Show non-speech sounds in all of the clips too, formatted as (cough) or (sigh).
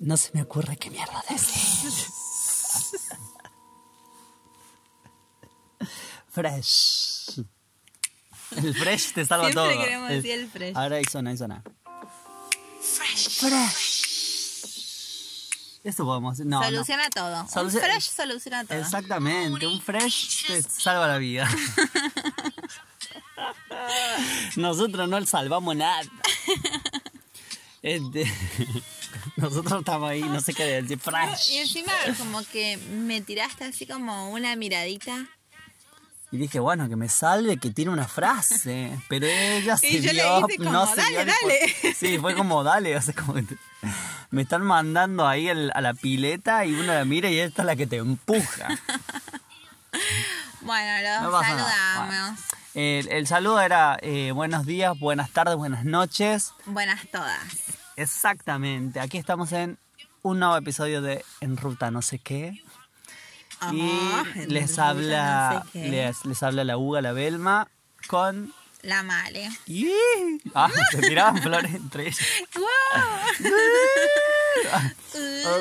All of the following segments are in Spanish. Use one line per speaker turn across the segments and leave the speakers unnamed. No se me ocurre qué mierda decir. Fresh. El fresh te salva
Siempre
todo.
queremos decir el fresh.
Ahora hay zona, hay zona. Fresh. Fresh. Eso podemos decir. No, no.
soluciona todo.
Soluci-
un fresh soluciona todo.
Exactamente, un fresh te salva la vida. Nosotros no salvamos
(laughs)
nada. Este, (laughs) nosotros estamos ahí, no sé qué decir,
Y
fresh.
encima como que me tiraste así como una miradita.
Y dije, bueno, que me salve, que tiene una frase. Pero ella se
Y yo le
dio,
hice como,
no se
"Dale,
dio el
dale".
por- Sí, fue como, dale. o sea, como que te- me están mandando ahí el- a la pileta y uno la mira y esta es la que te
(laughs)
empuja.
Bueno, los
No pasa
saludamos.
nada. Bueno, el, el saludo era eh, buenos días, buenas tardes, buenas noches.
Buenas todas.
Exactamente, aquí estamos en un nuevo episodio de En Ruta No sé qué.
Ajá,
y
en
les
ruta
habla,
no sé qué.
les, les habla la Uga, la Belma, con...
La
(laughs)
Male.
¡Yee! Ah, se tiraban flores entre ellas.
(laughs)
Oh, uh,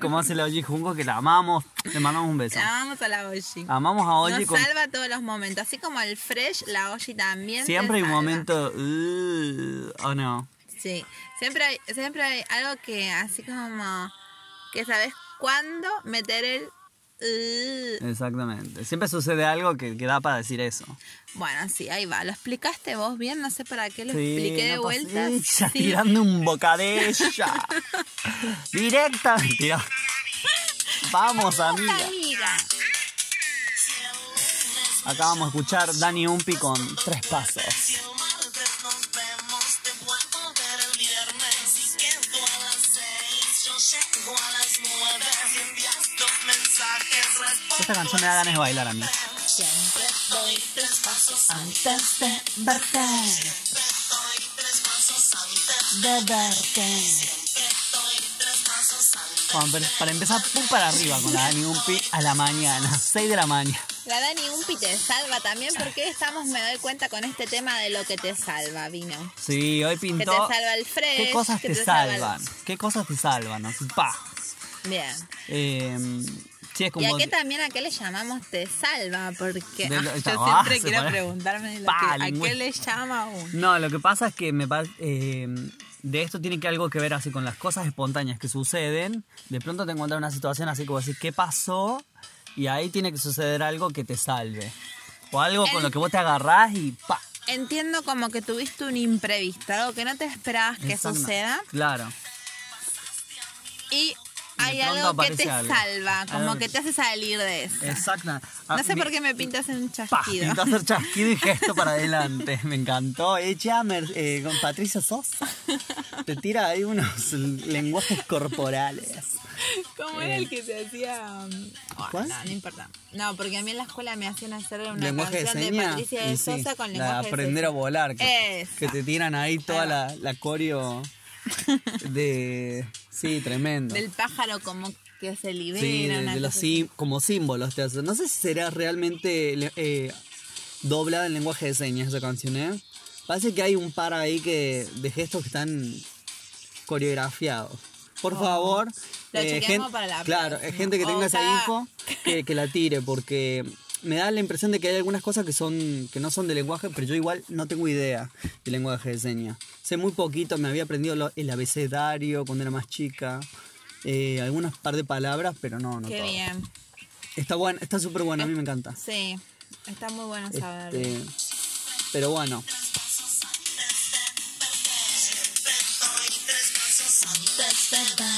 Como hace la Oji Junco, que la amamos. Le mandamos un beso.
La vamos a la Oshi.
Amamos a Oji
Nos
con
salva todos los momentos. Así como el fresh, la Oshi también. te
Siempre hay un
salva.
momento. "Uh", o no.
Sí. Siempre hay, siempre hay algo que así como que sabes cuándo meter el "uh".
Exactamente. Siempre sucede algo que, que da para decir eso.
Bueno, sí, ahí va. Lo explicaste vos bien, no sé para qué lo expliqué de
no pasa- (laughs)
vuelta.
Ih, ya
Sí.
Tirando un bocadillo.
(laughs)
Directamente. Tira. Vamos, amiga.
Amiga.
Acá vamos a escuchar Dani Umpi con tres pasos. Esta canción me da ganas de bailar a mí.
Antes de verte, de verte,
Bueno, pero para empezar, pum para arriba con la Dani Umpi a la mañana, 6 de la mañana.
La Dani Umpi te salva también porque hoy estamos, me doy cuenta, con este tema de lo que te salva, vino.
Sí, hoy
Que te
pintó.
salva el fresh.
¿Qué cosas
que
te
salva el-
salvan? ¿Qué cosas te salvan? Así, pa.
Bien.
Eh, sí, es como.
y aquí también a qué le llamamos te salva, porque
De lo-
ah,
está-
yo
ah, (laughs)
siempre
se
quiero
pone-
preguntarme de lo
Pa,
que- a
lingüe-
qué le llama uno.
No, lo que pasa es que me parece. de esto tiene que algo que ver así con las cosas espontáneas que suceden. De pronto te encuentras en una situación así como decir, ¿qué pasó? Y ahí tiene que suceder algo que te salve. O algo con
El-
lo que vos te agarrás y pa.
Entiendo como que tuviste un imprevisto, algo que no te esperabas que
Exacto.
suceda Ah.
Claro.
y
De
hay
pronto
algo que
aparece
te
algo.
salva, como
Algo
que
que-
te hace salir de eso.
Exacto.
No sé por qué me pintas en un
ah, Pa,
chasquido.
pintó hacer chasquido y gesto para adelante. Me encantó. Ella Mer- eh, con Patricia
(laughs)
Sosa te tira ahí unos lenguajes corporales.
(laughs) ¿Cómo era el que se hacía? um, ah,
¿Cuál?
No, no importa. No, porque a mí en la escuela me hacían hacer una
lenguaje de
canción de,
señas.
Patricia de
y sí,
Sosa con
la
lenguaje
de aprender
de
a volar. Que,
Esa.
que te tiran ahí toda la, la
(laughs)
coreo de. Sí, tremendo.
Del pájaro como que se libera.
Sí, de,
una
de los
cosa
sí- como símbolos te hacen. No sé si será realmente le- eh, doblada en lenguaje de señas esa canción, ¿eh? Parece que hay un par ahí que, de gestos que están coreografiados. Por favor,
Oh.
eh,
Lo chequeamos
gen-
para la
claro,
próxima.
gente que
O
tenga esa
cada-
info que, que la tire, porque me da la impresión de que hay algunas cosas que son que no son de lenguaje, pero yo igual no tengo idea de lenguaje de señas. Sé muy poquito, me había aprendido lo- el abecedario cuando era más chica, eh, algunas par de palabras, pero no, no
Qué
todo.
bien.
Está bueno, está súper bueno, a mí me encanta.
Sí, está muy bueno saberlo.
Este, pero bueno,
antes de verte.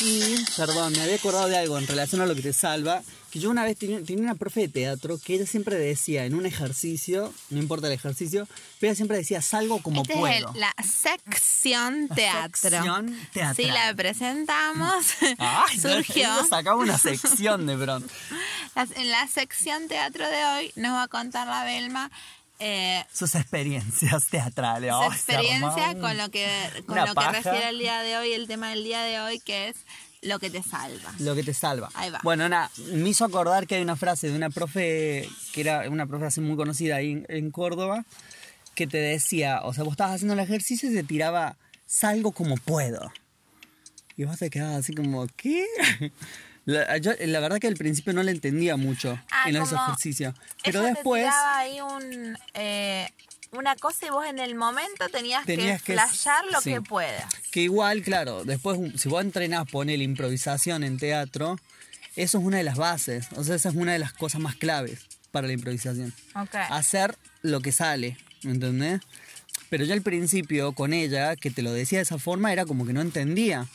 Y, perdón, me había acordado de algo en relación a lo que te salva. Que yo una vez tenía, tenía una profe de teatro que ella siempre decía en un ejercicio, no importa el ejercicio, pero ella siempre decía salgo como
Esta Este es
puedo.
el- la sección teatro.
sección teatral.
Sí, la presentamos.
(laughs) Ay,
Surgió.
Sacaba una sección de pronto.
Las- En la sección teatro de hoy nos va a contar la Belma eh,
Sus experiencias teatrales.
su
Ay, se armaba
experiencia
un-
con lo que, con
una
lo que
paja.
refiere al día de hoy, el tema del día de hoy, que es lo que te salva.
Lo que te salva.
Ahí va.
Bueno, nada, me hizo acordar que hay una frase de una profe, que era una profe así muy conocida ahí en, en Córdoba, que te decía, o sea, vos estabas haciendo el ejercicio y te tiraba, salgo como puedo. Y vos te quedabas así como, ¿qué? (laughs) La, yo, la verdad que al principio no le entendía mucho
Ah,
en los
como
ejercicios. Pero
Ella te
después
tiraba ahí un, eh, una cosa y vos en el momento tenías,
Tenías
que
que-
flashear lo
sí.
que puedas.
Que igual, claro, después un- si vos entrenás, ponele improvisación en teatro, eso es una de las bases, o sea, esa es una de las cosas más claves para la improvisación.
Ok.
Hacer lo que sale, ¿me ¿entendés? Pero yo al principio con ella, que te lo decía de esa forma, era como que no entendía.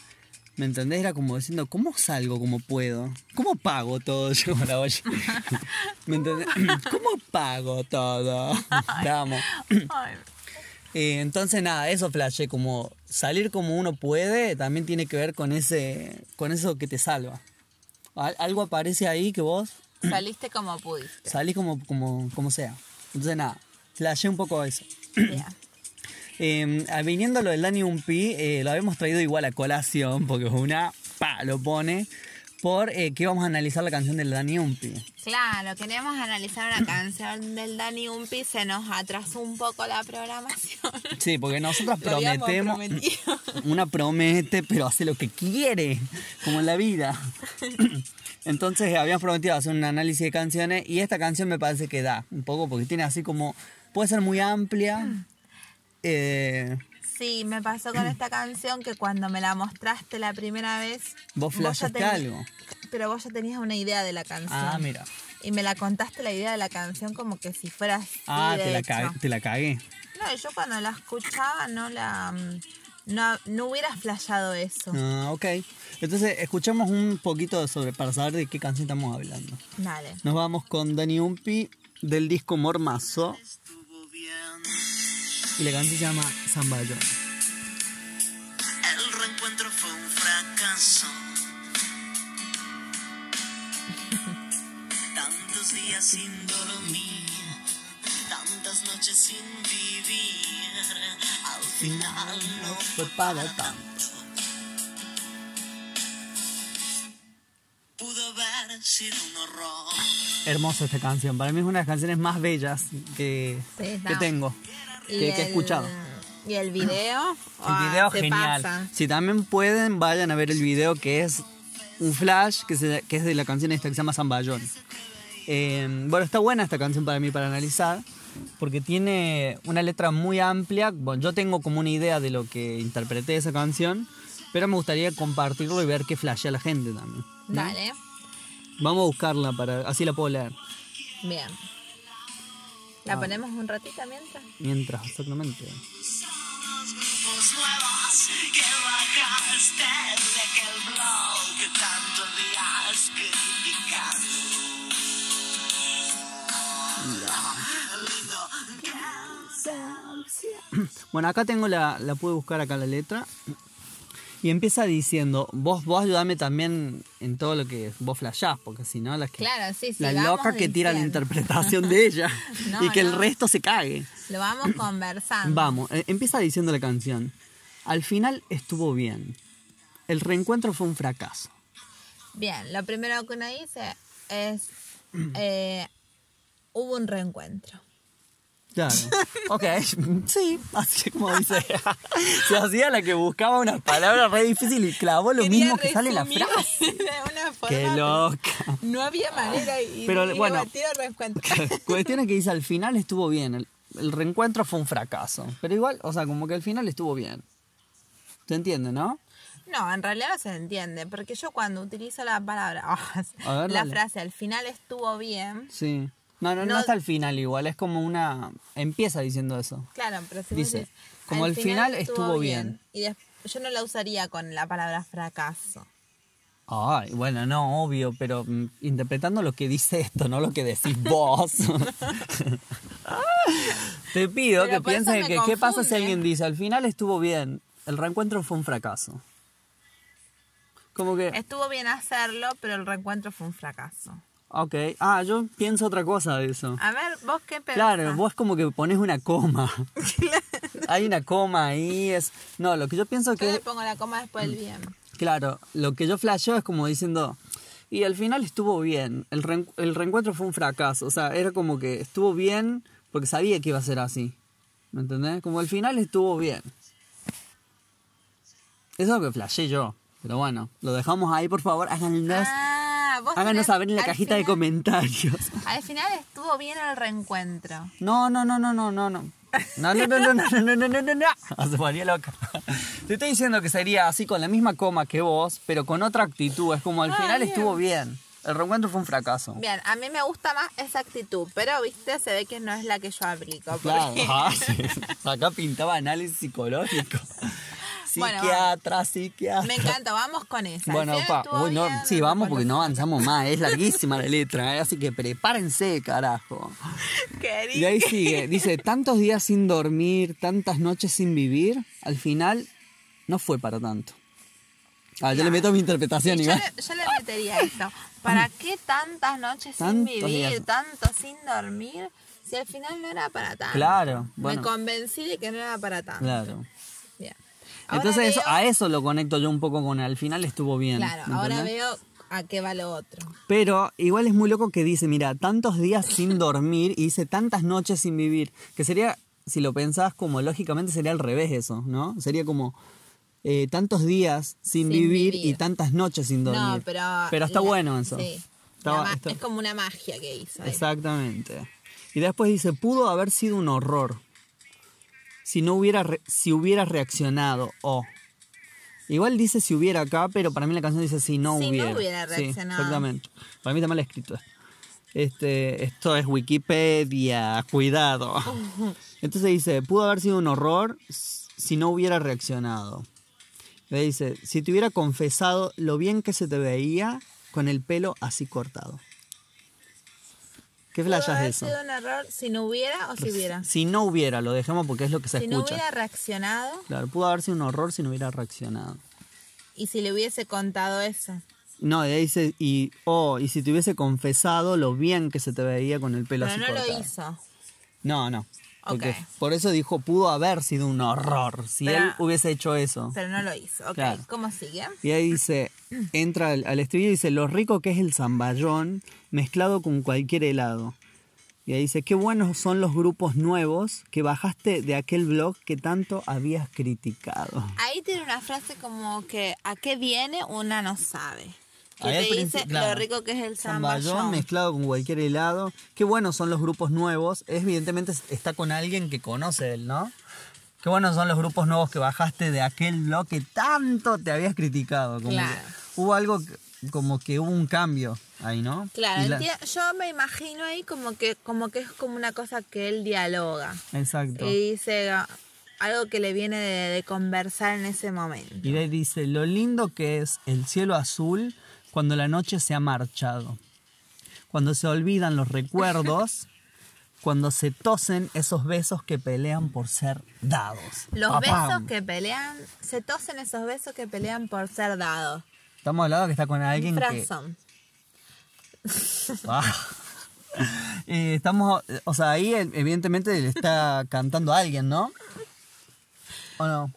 ¿Me entendés? Era como diciendo, ¿cómo salgo como puedo? ¿Cómo pago todo? Yo la olla. ¿Me entendés? (clears throat) ¿Cómo pago todo? Vamos.
Ay,
Eh, entonces nada, eso flashé, como salir como uno puede también tiene que ver con ese con eso que te salva. Al- algo aparece ahí que vos
saliste como
(clears throat)
pudiste.
salís como, como, como sea. Entonces nada, flashé un poco eso.
Bien.
Eh, ah, viniendo lo del Danium P, eh, lo habíamos traído igual a colación, porque una pa lo pone, por eh, que íbamos a analizar la canción del Danium P.
Claro, queríamos analizar una canción del Dani Umpi, se nos atrasó un poco la programación.
Sí, porque nosotros
(laughs) Lo habíamos
prometemos.
(laughs) prometido.
Una promete, pero hace lo que quiere, como en la
(laughs)
vida. Entonces eh, habíamos prometido hacer un análisis de canciones y esta canción me parece que da un poco porque tiene así como, puede ser muy
Ah.
amplia. eh,
Sí, me pasó con esta canción que cuando me la mostraste la primera vez.
Vos
ya
flasheaste
teni-
algo.
Pero vos ya tenías una idea de la canción.
ah, mira.
Y me la contaste la idea de la canción como que si fuera así.
Ah,
de
te la,
hecho.
cagué, te la cagué.
No, yo cuando la escuchaba no la. mm, No, no hubiera flashado eso.
Ah, ok. Entonces escuchemos un poquito sobre, para saber de qué canción estamos hablando.
Dale.
Nos vamos con Dani Umpi del disco Mormazo. Y la canción se llama Samba de Llorar.
El reencuentro fue un
(laughs)
fracaso. Tantos días sin dormir, tantas noches sin vivir. Al final no
Fue para tanto.
pudo haber sido un horror.
Hermosa esta canción. Para mí es una de las canciones más bellas que,
Sí,
que
no.
tengo, que,
Y
que he
el- mm,
escuchado.
Y el video.
El
ah,
video
se
genial.
pasa.
Si también pueden, vayan a ver el video que es un flash, que, se- que es de la canción esta que se llama Zambayón. Eh, bueno, está buena esta canción para mí para analizar, porque tiene una letra muy amplia. Bueno, yo tengo como una idea de lo que interpreté esa canción, pero me gustaría compartirlo y ver qué flashea la gente también. ¿no?
Dale.
Vamos a buscarla para así la puedo leer.
Bien.
Ah.
¿La ponemos un ratito mientras?
Mientras, exactamente.
Somos grupos nuevos que bajaste de aquel blog que tanto habías criticado.
(clears throat) Bueno, acá tengo la, la pude buscar acá la letra. Y empieza diciendo, vos, vos ayudame también en todo lo que vos flashás, porque si no, la, que-
Claro, sí, sí,
la
vamos
loca que tira la
diciendo.
interpretación de ella
(laughs) No,
y que el
no. Ah.
resto se cague. (clears throat)
Lo vamos conversando.
Vamos, eh, empieza diciendo la canción. Al final estuvo bien. El reencuentro fue un fracaso.
Bien, lo primero que uno dice es.
Mm.
eh, hubo un reencuentro. (laughs)
Claro. Ok, sí, así es como dice. Se hacía la que buscaba una palabra re difícil y clavó lo mismo que sale en la
resumir (laughs)
frase.
De una forma.
Qué loca. (laughs)
No había manera y.
Pero,
y
bueno.
digo, tiro
(laughs)
reencuentro.
Cuestión es que dice, al final estuvo bien. El, el reencuentro fue un fracaso. Pero igual, o sea, como que al final estuvo bien. ¿Te entiende, no?
No, en realidad no se entiende, porque yo cuando utilizo la palabra, (laughs)
A ver,
la
dale.
frase al final estuvo bien,
Sí. No, no, no,
No.
hasta el final igual. Es como una... Empieza diciendo eso.
Claro, pero si vos
Dice,
decís,
como al final estuvo bien.
Y des- yo no la usaría con la palabra fracaso.
Ay, bueno, no, obvio, pero mm, interpretando lo que dice esto, no lo que
(laughs)
decís vos. Te pido
Pero
que
por eso
pienses
me
que qué pasa si
confunde.
alguien dice, al final estuvo bien, el reencuentro fue un fracaso. Como que...
Estuvo bien hacerlo, pero el reencuentro fue un fracaso.
Ok. Ah, yo pienso otra cosa de eso.
A ver, vos qué pensás.
Claro, vos como que pones una coma.
(laughs)
Hay una coma ahí, es... No, lo que yo pienso
Yo le
que...
pongo la coma después del bien.
Claro, lo que yo flasheo es como diciendo... Y al final estuvo bien. El, reen- el reencuentro fue un fracaso. O sea, era como que estuvo bien porque sabía que iba a ser así. ¿Me entendés? Como al final estuvo bien. Eso es lo que flashé yo. Pero bueno, lo dejamos ahí, por favor. Háganos,
Ah, vos
háganos
tenés-
saber en la
al
cajita de
final-
comentarios.
Al final estuvo bien el reencuentro.
No, no, no, no, no, no, no. No, no, no, no, no, no, no, no, no, no. (laughs) Se ponía loca. Te estoy diciendo que sería así con la misma coma que vos, pero con otra actitud. Es como al
Ah,
final
bien.
estuvo bien. El reencuentro fue un fracaso.
Bien, a mí me gusta más esa actitud, pero viste, se ve que no es la que yo aplico.
(laughs) Claro,
porque-
ah, sí. acá pintaba análisis psicológico.
(laughs) Bueno,
Psiquiatra, psiquiatra.
Me encanta, vamos con esa. Al
Bueno,
final
pa,
estuvo
uy, no,
bien,
sí, vamos porque no
reconozco.
avanzamos más. Es larguísima la letra, ¿eh? así que prepárense, carajo.
Querido.
Y ahí sigue, dice, tantos días sin dormir, tantas noches sin vivir, al final no fue para tanto. Ah, yo le meto mi interpretación,
Sí, yo,
Iván.
le, yo le metería esto. ¿Para qué tantas noches sin
Tantos
vivir,
días.
tanto sin dormir, si al final no era para tanto?
Claro, bueno.
Me convencí de que no era para tanto.
Claro.
Bien. Ahora
Entonces eso,
veo-
a eso lo conecto yo un poco con al final estuvo bien.
Claro,
¿me
ahora
entendés?
veo a qué va lo otro.
Pero igual es muy loco que dice, mira, tantos días
(laughs)
sin dormir y dice tantas noches sin vivir. Que sería, si lo pensás como lógicamente, sería al revés eso, ¿no? Sería como eh, tantos días sin,
Sin
vivir,
vivir.
y tantas noches sin dormir.
No, pero.
está
la-
bueno eso.
Sí.
Está-
La ma-
está-
Es como una magia que hizo. ahí.
Exactamente. Y después dice, pudo haber sido un horror si no hubiera re- si hubiera reaccionado o Igual dice si hubiera acá, pero para mí la canción dice si no
Si no
hubiera.
hubiera
Sí,
reaccionado.
exactamente. Para mí está mal escrito. Este, esto es Wikipedia, cuidado. Entonces dice, pudo haber sido un horror si no hubiera reaccionado. Le dice, si te hubiera confesado lo bien que se te veía con el pelo así cortado. ¿Qué
Pudo
flasha
haber
es eso?
sido un error si no hubiera o si hubiera.
Si no hubiera, lo dejamos porque es lo que se
si no
escucha.
hubiera reaccionado
Claro, pudo haber sido un horror si no hubiera reaccionado.
y si le hubiese contado eso.
No, y ahí dice, y, oh, y si te hubiese confesado lo bien que se te veía con el pelo
Pero
así
no lo
cortado.
hizo.
No, no. Porque
Ok.
Por eso dijo, pudo haber sido un horror si
Pero-
él hubiese hecho eso.
Pero no lo hizo. Ok,
Claro.
¿cómo sigue?
Y ahí dice, entra al, al estribillo y dice, lo rico que es el zamballón mezclado con cualquier helado. Y ahí dice, qué buenos son los grupos nuevos que bajaste de aquel blog que tanto habías criticado.
Ahí tiene una frase como que a qué viene una no sabe. Que
Ahí al
te
principio,
dice
claro.
lo rico que es el
Zamballón
zamballón.
mezclado con cualquier helado. Qué buenos son los grupos nuevos. Evidentemente está con alguien que conoce él, ¿no? Qué buenos son los grupos nuevos que bajaste de aquel blog que tanto te habías criticado. Como
Claro.
que hubo algo, que- como que hubo un cambio ahí, ¿no?
Claro,
Y la-
enti- yo me imagino ahí como que, como que es como una cosa que él dialoga.
Exacto.
Y dice ah, algo que le viene de, de conversar en ese momento.
Y de ahí dice, lo lindo que es el cielo azul cuando la noche se ha marchado, cuando se olvidan los
(laughs)
recuerdos, cuando se tosen esos besos que pelean por ser dados.
Los
Papam.
besos que pelean, se tosen esos besos que pelean por ser dados.
Estamos hablando que está con alguien que...
Frasón.
(laughs) Ah. (laughs) Eh, estamos, o sea, ahí eh, evidentemente le está cantando a alguien, ¿no? ¿O
(laughs)
no?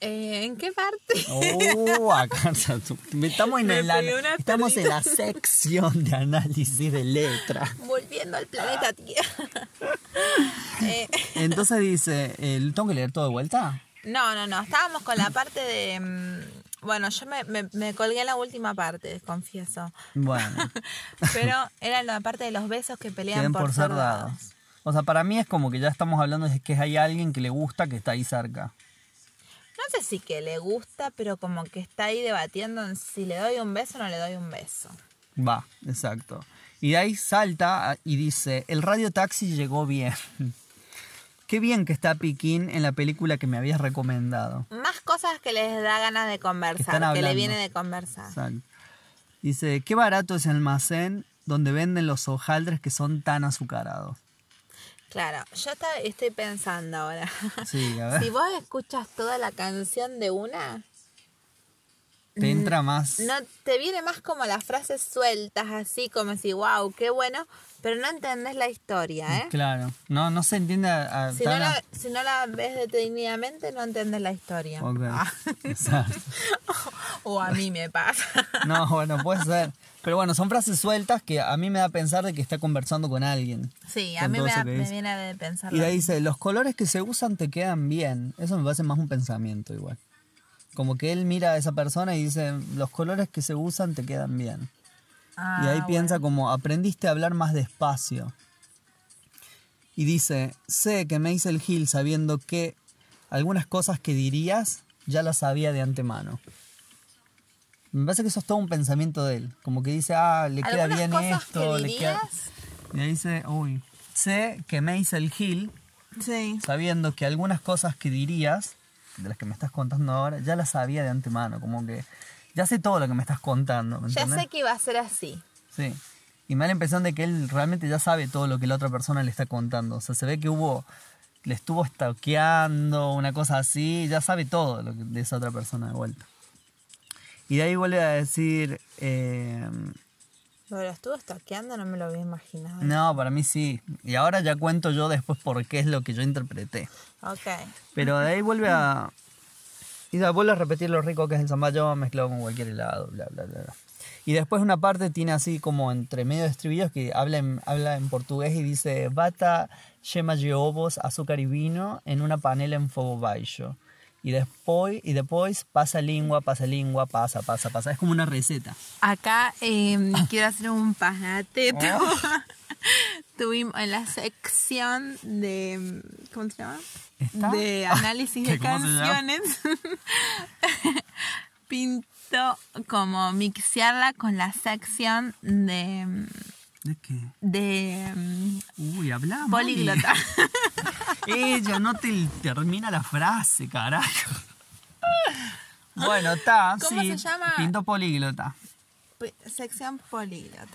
Eh, ¿En qué parte?
(laughs) Oh, acá está tu- estamos en,
Me
el ana-
pegué una
estamos en
perdida.
la sección de análisis de letra.
Volviendo al
(laughs)
planeta Tierra. Eh,
Entonces dice, eh, ¿tengo que leer todo de vuelta?
no, no, no. Estábamos con la parte de. mm, Bueno, yo me, me, me colgué en la última parte, confieso. (laughs)
Bueno,
Pero era la parte de los besos que pelean
queden
por, ser dados.
O sea, para mí es como que ya estamos hablando de que hay alguien que le gusta que está ahí cerca.
No sé si que le gusta, pero como que está ahí debatiendo en si le doy un beso o no le doy un beso.
Va, exacto. Y de ahí salta ah, y dice, el radio taxi llegó bien. (laughs) Qué bien que está Piquín en la película que me habías recomendado.
Más cosas que les da ganas de
Están
conversar, que
hablando.
le viene de conversar.
Exacto. Dice, qué barato es el almacén donde venden los hojaldres que son tan azucarados.
Claro, yo esta- estoy pensando ahora.
Sí,
(laughs)
a ver.
Si vos escuchas toda la canción de una,
Te entra más...
Mm. no te viene más como las frases sueltas, así como si, wow, qué bueno, pero no entendés la historia, ¿eh?
Claro. No, no se entiende a, a-
Si no,
tan a-
la, si no la ves detenidamente, no entendés la historia.
Ok.
Ah,
(laughs) Exacto.
(laughs) o a mí me pasa. (laughs)
No, bueno, puede ser. Pero bueno, son frases sueltas que a mí me da a pensar de que está conversando con alguien.
Sí, a
Con
mí
todo
me,
eso
da-
que
me
dice.
viene de pensar.
Y de ahí dice, los colores que se usan te quedan bien. Eso me parece más un pensamiento igual. Como que él mira a esa persona y dice, los colores que se usan te quedan bien.
Ah,
y ahí
bueno.
piensa como, aprendiste a hablar más despacio. Y dice, sé que me hice el Gil sabiendo que algunas cosas que dirías ya las sabía de antemano. Me parece que eso es todo un pensamiento de él. Como que dice, ah, le queda
¿Algunas
bien
cosas
esto,
que
le queda...
dirías?
Y ahí dice, uy, sé que me hice el Gil
Sí.
sabiendo que algunas cosas que dirías, de las que me estás contando ahora, ya las sabía de antemano. Como que ya sé todo lo que me estás contando. ¿me
Ya
entendés?
sé que iba a ser así.
Sí. Y me da la impresión de que él realmente ya sabe todo lo que la otra persona le está contando. O sea, se ve que hubo. Le estuvo stalkeando, una cosa así. Ya sabe todo lo que- de esa otra persona de vuelta. Y de ahí vuelve a decir. eh,
Lo lo estuvo stalkeando, no me lo había imaginado.
no, para mí sí. Y ahora ya cuento yo después por qué es lo que yo interpreté.
Ok.
Pero de ahí vuelve a. Y ya vuelve a repetir lo rico que es el zambayo mezclado con cualquier helado, bla, bla, bla. bla. Y después una parte tiene así como entre medio de estribillos que habla en, habla en portugués y dice: Bata, yema de ovos, azúcar y vino en una panela en fuego baixo. Y después, y después pasa lengua, pasa lengua, pasa, pasa, pasa. Es como una receta.
Acá eh,
(laughs)
quiero hacer un
¿Eh?
parateto. (laughs) Tuvimos en la sección de. em, ¿Cómo se llama?
¿Está? (laughs)
De análisis de
¿Qué, cómo se llama?
canciones. (laughs) Pinto como mixearla con la sección de. em,
¿De qué?
de. mm,
Uy, hablamos.
Políglota.
(laughs)
(laughs)
Ella no te termina la frase, carajo. Bueno, está,
¿Cómo
sí.
se llama?
Pinto políglota.
P- Sección políglota.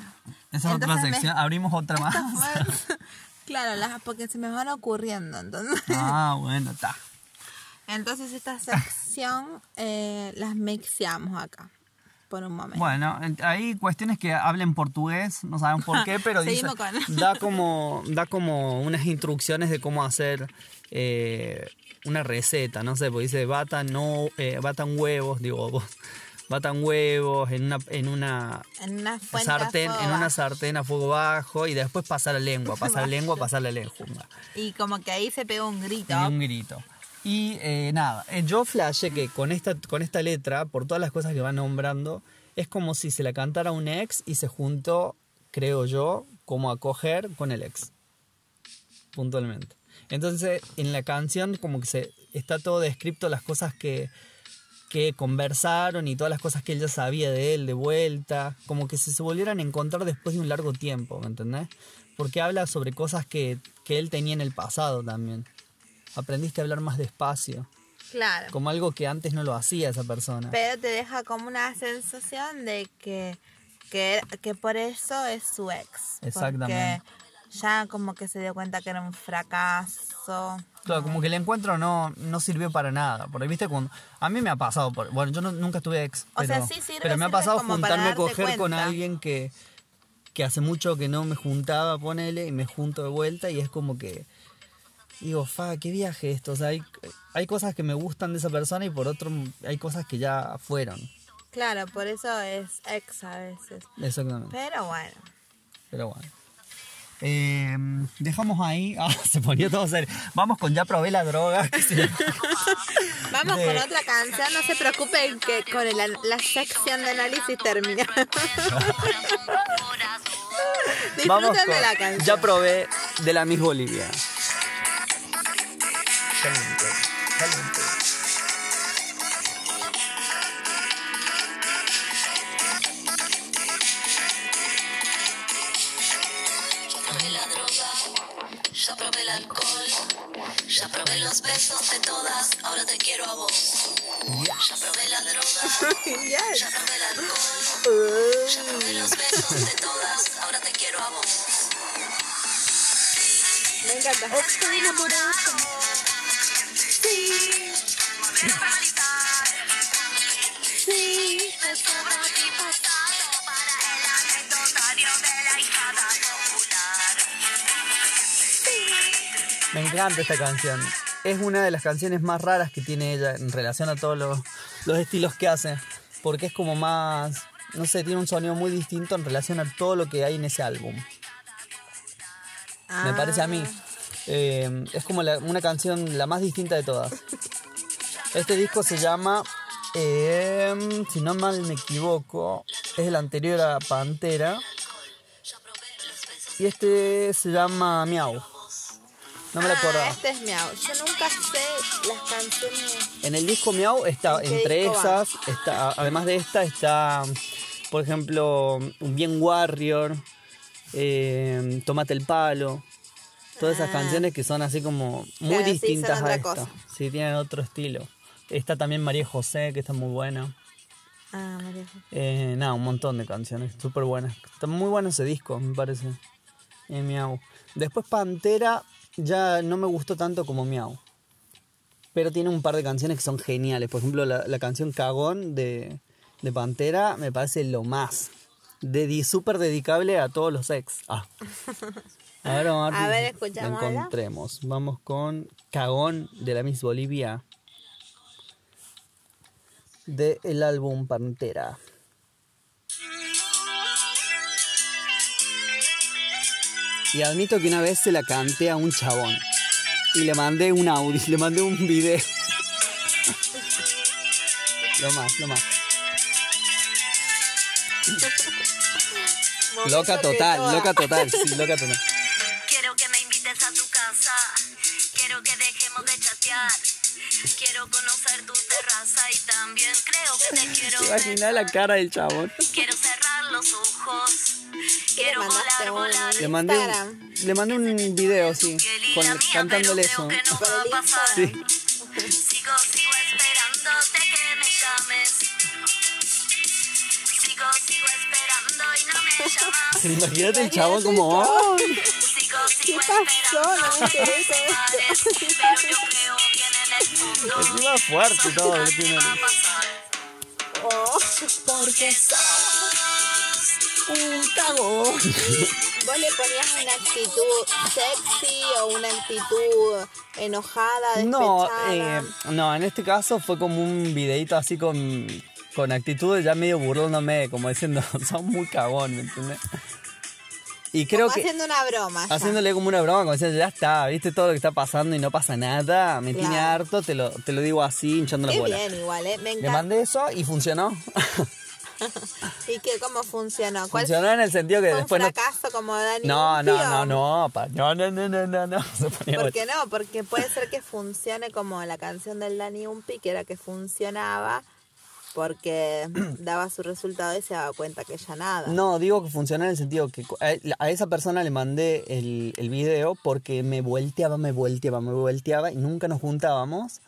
Esa es otra
Entonces me-
sección. Abrimos otra más.
(laughs) Esta fue- (laughs) claro, las, porque se me van ocurriendo. Entonces,
Ah, bueno, está.
entonces esta sección eh, las mixeamos acá. Por un momento.
Bueno, en- hay cuestiones que hablen portugués, no saben por qué, pero dice,
(laughs) Seguimos con-
da como da como unas instrucciones de cómo hacer eh, una receta, no sé, porque dice batan no eh, batan huevos, digo, (laughs) ovos. batan huevos en una en una
en una fuente
sartén,
a
en
fuego
una
bajo.
sartén a fuego bajo y después pasar la lengua,
(laughs)
pasar la lengua, pasar la lengua.
Y como que ahí se pegó un grito.
Y un grito. Y eh, nada, eh, yo flashé que con esta, con esta letra, por todas las cosas que va nombrando, es como si se la cantara a un ex y se juntó, creo yo, como a coger con el ex. Puntualmente. Entonces, en la canción como que se está todo descrito las cosas que, que conversaron y todas las cosas que él ya sabía de él de vuelta, como que si se volvieran a encontrar después de un largo tiempo, ¿me entendés? Porque habla sobre cosas que, que él tenía en el pasado también. Aprendiste a hablar más despacio,
Claro.
como algo que antes no lo hacía esa persona.
Pero te deja como una sensación de que, que, que por eso es su ex.
Exactamente.
Porque ya como que se dio cuenta que era un fracaso.
Claro, como que el encuentro no, no sirvió para nada. Porque, viste, cuando. A mí me ha pasado. Por, bueno, yo no- nunca tuve ex.
O
pero,
sea, sí sirve,
Pero me ha
sirve
pasado
como para
juntarme a
darte
coger con
cuenta.
alguien que, que hace mucho que no me juntaba, ponele, y me junto de vuelta, y es como que. Digo, fa, qué viaje esto. O sea, hay, hay cosas que me gustan de esa persona y por otro hay cosas que ya fueron.
Claro, por eso es ex a veces.
Exactamente.
Pero bueno.
Pero bueno. Eh, dejamos ahí. (laughs) Ah, se ponía todo serio. Vamos con ya probé la droga. (laughs) que se-
Vamos
De-
con otra canción, no se preocupen que con el an- la sección de análisis termina. (laughs)
Vamos
Disfruten de
con-
la canción.
Ya probé de la Miss Bolivia.
Ya probé la droga, ya probé el alcohol, ya probé los besos de todas, ahora te quiero a vos. Ya probé la droga,
Yes.
ya probé el alcohol, ya probé los besos de todas, ahora te quiero a vos.
Me encanta.
Estoy enamorado. Sí. Sí.
Me encanta esta canción. Es una de las canciones más raras que tiene ella en relación a todos los, los estilos que hace. Porque es como más. no sé, tiene un sonido muy distinto en relación a todo lo que hay en ese álbum. Me parece a mí. Eh, es como la- una canción la más distinta de todas. Este disco se llama, eh, si no mal me equivoco, es el anterior a Pantera. Y este se llama Miau. No me lo
Ah,
acordaba.
este es miau. Yo nunca sé las canciones.
En el disco Miau está
¿En qué
entre
disco va?
esas, está, además de esta, está, por ejemplo, Un Bien Warrior, eh, Tómate el Palo. Todas esas canciones que son así como muy
Ah. Claro, sí, son
distintas a
otra
esta.
cosa.
Sí, tienen otro estilo. Está también María José, que está muy buena.
Ah, María. Jo-
Eh, nada, un montón de canciones, súper buenas. Está muy bueno ese disco, me parece. Eh, Miau. Después Pantera ya no me gustó tanto como Miau. Pero tiene un par de canciones que son geniales. Por ejemplo, la, la canción Cagón de, de Pantera me parece lo más. Dedi- súper dedicable a todos los ex. Ah. A ver, vamos
A
si
ver,
la
escuchamos, hola.
encontremos. Vamos con Cagón de la Miss Bolivia. Del álbum Pantera. Y admito que una vez se la canté a un chabón. Y le mandé un audio, (laughs) le mandé un video. lo más, lo más.
Momento
Loca
que
total,
toda-
loca total, sí, loca total.
Quiero que me invites a tu casa. Quiero que dejemos de chatear. Quiero conocer tu terraza y también creo que te quiero.
Imagina la cara del chabón.
Quiero cerrar los ojos. Quiero
mandaste
volar,
un-
volar.
Le mandé un,
Instagram.
le mandé un video, sí,
Piel y
con,
la mía,
cantándole
pero
eso.
creo que no va a pasar.
Sí. (laughs)
Sigo, sigo esperándote que me llames. Sigo, sigo esperando y no me llamas.
Imagínate el chabón como, "Ay".
Sigo, sigo
pasó?
esperando.
No me interesa (laughs) esto.
Pero yo creo que en el fondo
Encima fuerte todo lo tiene.
va a pasar.
Oh,
Porque
un
(laughs)
cagón. Vos le ponías una actitud sexy o una actitud enojada, despechada.
No, eh, no, en este caso fue como un videito así con, con actitudes ya medio burlándome, como diciendo, (laughs) son muy cagón, ¿me entiendes? Y creo
Como
que
haciendo una broma. ya.
haciéndole como una broma, como diciendo, ya está, viste todo lo que está pasando y no pasa nada, me tiene
Claro.
harto, te lo, te lo digo así, hinchando la
Qué
bola.
bien, igual, ¿eh? Me
Le
encanta.
mandé eso y funcionó. (laughs)
¿Y qué, cómo funcionó? ¿Cuál
funcionó en el sentido que
fue un
después no...
fracaso como Dani?
No,
Lumpio?
no, no, no, pa- no, no, no, no, no, (laughs) no, se ponía bueno.
¿Por qué no? Porque puede ser que funcione como la canción del Dani Umpi, que era que funcionaba
(clears throat)
porque daba su resultado y se daba cuenta que ya nada.
No, digo que funciona en el sentido que cu- a a esa persona le mandé el, el video porque me volteaba, me volteaba, me volteaba y nunca nos juntábamos.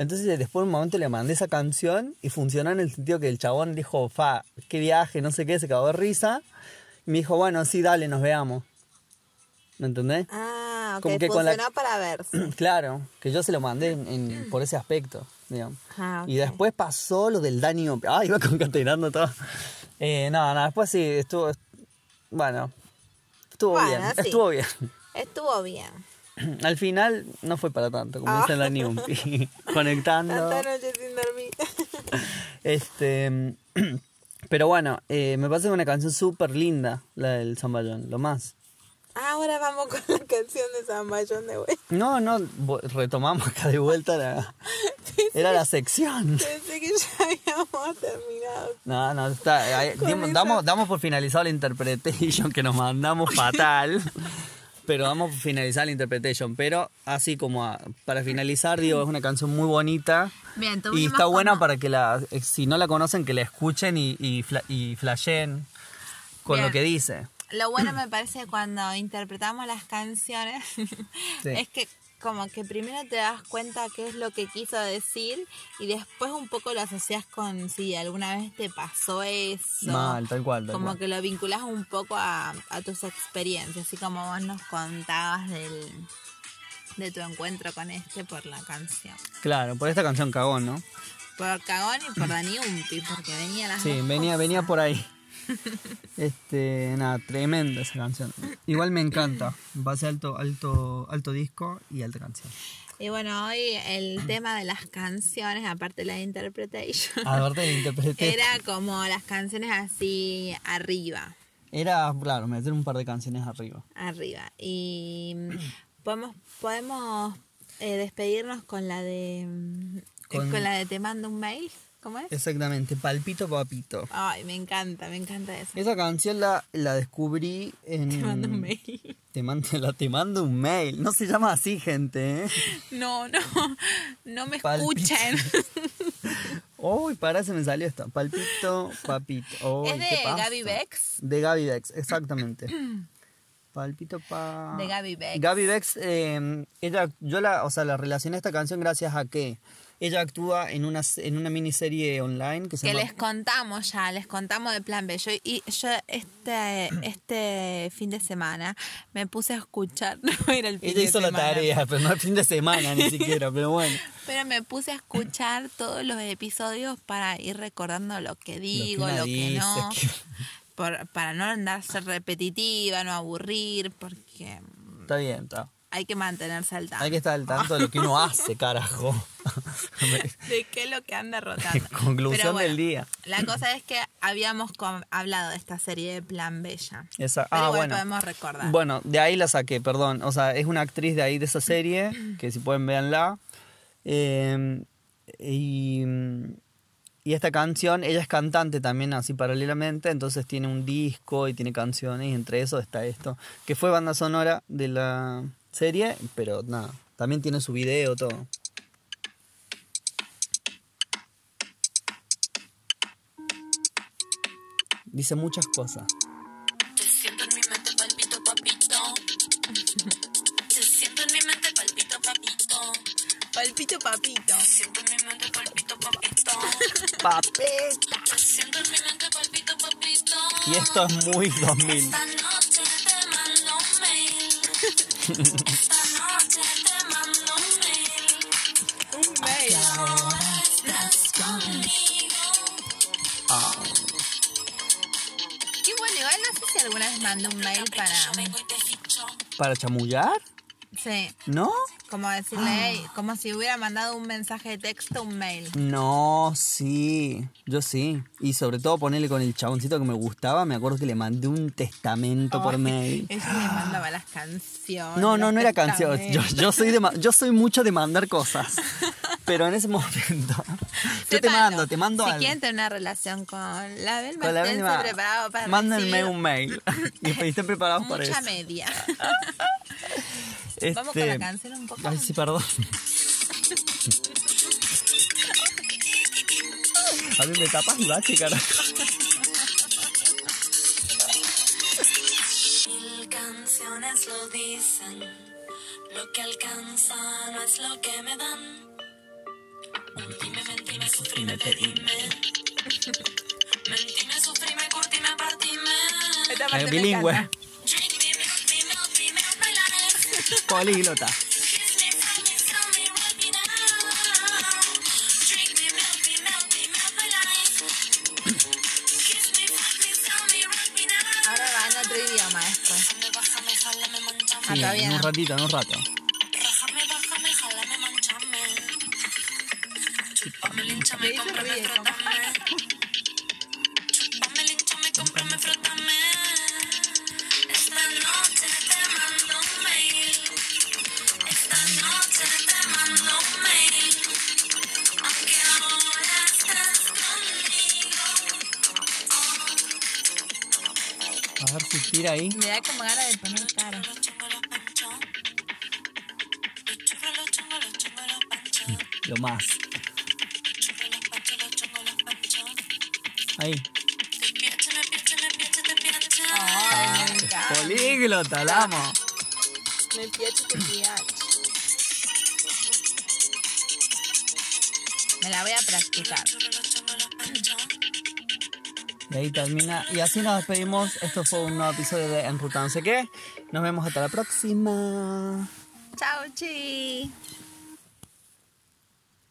Entonces después de un momento le mandé esa canción y funcionó en el sentido que el chabón dijo, fa, qué viaje, no sé qué, se cagó de risa. Y me dijo, bueno, sí, dale, nos veamos. ¿Me entendés?
Ah, ok,
Como que con la-
funcionó
(clears throat)
para verse.
Claro, que yo se lo mandé en- en- por ese aspecto, digamos.
Ah,
Y
ok.
después pasó lo del Dani Umpi. Ah, iba concatenando todo. Eh, no, no, después sí, estuvo. Bueno, estuvo
Bueno,
bien,
sí.
estuvo bien. (clears throat)
Estuvo bien.
Al final no fue para tanto, como
Ah.
dice el Dani (laughs) Umpi.
(laughs)
Conectando.
Tanta noche sin dormir.
Este. (clears throat) Pero bueno, eh, me parece una canción súper linda, la del Zamballón, lo más.
Ahora vamos con la canción de San Bayón de Güey.
No, no, vo- retomamos acá de vuelta
(laughs)
la. Era la sección.
Pensé que ya (laughs) habíamos terminado.
No, no, está, ahí,
Con
dim-
esa-
damos, damos por finalizado la interpretation que nos mandamos fatal. (laughs) pero damos por finalizada la interpretation. Pero así como a- para finalizar, digo, es una canción muy bonita.
Bien,
y está buena para que la, eh, si no la conocen, que la escuchen y, y, fla- y flasheen con lo
Bien.
que dice.
Lo bueno me parece cuando interpretamos las canciones (laughs) es que como que primero te das cuenta qué es lo que quiso decir y después un poco lo asocias con si alguna vez te pasó eso.
Mal, tal cual, tal
como
cual.
que lo vinculas un poco a, a tus experiencias, así como vos nos contabas del, de tu encuentro con este por la canción.
Claro, por esta canción cagón, ¿no?
Por Cagón y por Dani Umpi, porque venía las
Sí,
dos
venía, venía
cosas.
por ahí. (laughs) Este, nada, tremenda esa canción. Igual me encanta. Base alto, alto, alto disco y alta canción.
Y bueno, hoy el tema de las canciones, aparte de la interpretation,
Aparte de interpreté. Era...
era como las canciones así arriba,
claro, meter un par de canciones arriba.
arriba. Y mm, podemos, podemos eh, despedirnos con la de mm,
Con-
con... la de te mando un mail, ¿cómo es?
Exactamente, palpito papito.
Ay, me encanta, me encanta eso.
Esa canción la, la descubrí en.
Te mando un mail. (laughs)
Te mando, la, te mando un mail. No se llama así, gente. ¿eh?
No, no, no me
Palpito.
escuchen.
Uy, para, se me salió esto. Palpito, papito. (laughs) Uy,
es
¿qué
de
pasa?
Gaby Bex.
De Gaby Vex, exactamente.
(coughs)
Palpito pa.
De Gaby Bex.
Ah. Gaby Vex, eh, ella, yo la, o sea, la relacioné a esta canción gracias a que ella actúa en una, en una miniserie online que se
Que
llama.
les contamos ya, les contamos de Plan B. Yo, y yo este, este fin de semana me puse a escuchar, (laughs) no era el fin
Ella
de
hizo la
semana,
tarea, pero no el fin de semana ni siquiera, pero
(laughs)
bueno.
Pero me puse a escuchar todos los episodios para ir recordando lo que digo,
una
lo que,
dice,
no.
(laughs) que-
por- para no andar ser repetitiva, no aburrir, porque
Está bien, está.
hay que mantenerse al tanto.
Hay que estar al tanto de lo que uno hace,
(laughs)
carajo.
de qué es lo que anda rotando.
(laughs) Conclusión
Pero bueno,
del día.
La cosa es que habíamos com- hablado de esta serie de Plan Bella.
Esa-
Pero
ah,
igual
bueno.
podemos recordar.
Bueno, de ahí la saqué, perdón. O sea, es una actriz de ahí de esa serie, que si pueden véanla. Eh, y, y esta canción, ella es cantante también así paralelamente, entonces tiene un disco y tiene canciones, y entre eso está esto, que fue banda sonora de la serie, pero nada, también tiene su video, todo. Dice muchas cosas.
Te siento en mi mente palpito papito. Te siento en mi mente palpito papito.
Palpito papito.
Te siento en mi mente palpito papito.
Papel.
Te siento en mi mente palpito papito.
Y esto es muy 2000.
Esta noche te mando un mail. Esta noche te mando un mail.
Un mail.
Ahora estás conmigo.
Qué bueno, igual no sé si alguna vez mandó un mail para.
Yo vengo y te ficho.
¿Para chamullar?
Sí.
¿No?
Como decirle, "Ey", como si hubiera mandado un mensaje de texto, un mail.
No, sí. Yo sí. Y sobre todo ponerle con el chaboncito que me gustaba. Me acuerdo que le mandé un testamento por
(laughs)
mail.
Ella le mandaba las canciones.
No, no,
los
no era canción. Yo,
testamentos.
yo soy de ma- yo soy mucho de mandar cosas. Pero en ese
(laughs)
momento. Yo te
Sépanlo.
mando, te mando
Si
algo.
quieren tener una relación con la Belma,
Con la
esténse
misma-
preparados para
Mándenme
recibir
un
(laughs)
mail. Y estén preparados para eso. (laughs)
mucha media. (laughs) Vamos con
Este-
la canción un poco.
Ay, sí, perdón. A mí me tapas el bache, carajo.
Mil canciones lo dicen. Lo que alcanza no es lo que me dan. Mentime, mentime, sufrime, pedime. Mentime, sufrime, curtime, partime.
Esta parte
Eh,
me
bilingüe,
encanta.
Drink me, milk me, melt me, melt my life.
políglota.
Kiss me, hug me, tell me, rub me down. Drink me, milk me, melt me, melt my life. Kiss me, hug me, tell me, rub me down.
Ahora va en otro idioma después.
Bájame, bájame, jálame, manchame.
Ah,
Sí,
todavía
en un
no.
ratito, en un rato.
Rájame, bájame, jálame, manchame. Chúpame,
Me
linchame,
hizo
cómprame,
ruido, como-
frotame. Chúpame, linchame, cómprame, frotame. Esta noche te mando un mail. Esta noche te mando un mail. Aunque ahora estás conmigo.
A ver si tira ahí.
Me da como ganas de poner cara.
Chúngalo, chúngalo, pancho. Chúngalo, chúngalo, chúngalo, pancho.
Lo más. Ahí.
Ay, me encanta.
Políglota, la amo.
Me piace que piace. Me la voy a practicar.
Y ahí termina. Y así nos despedimos. Esto fue un nuevo episodio de Enruta No sé qué. Nos vemos hasta la próxima.
Chao, chi.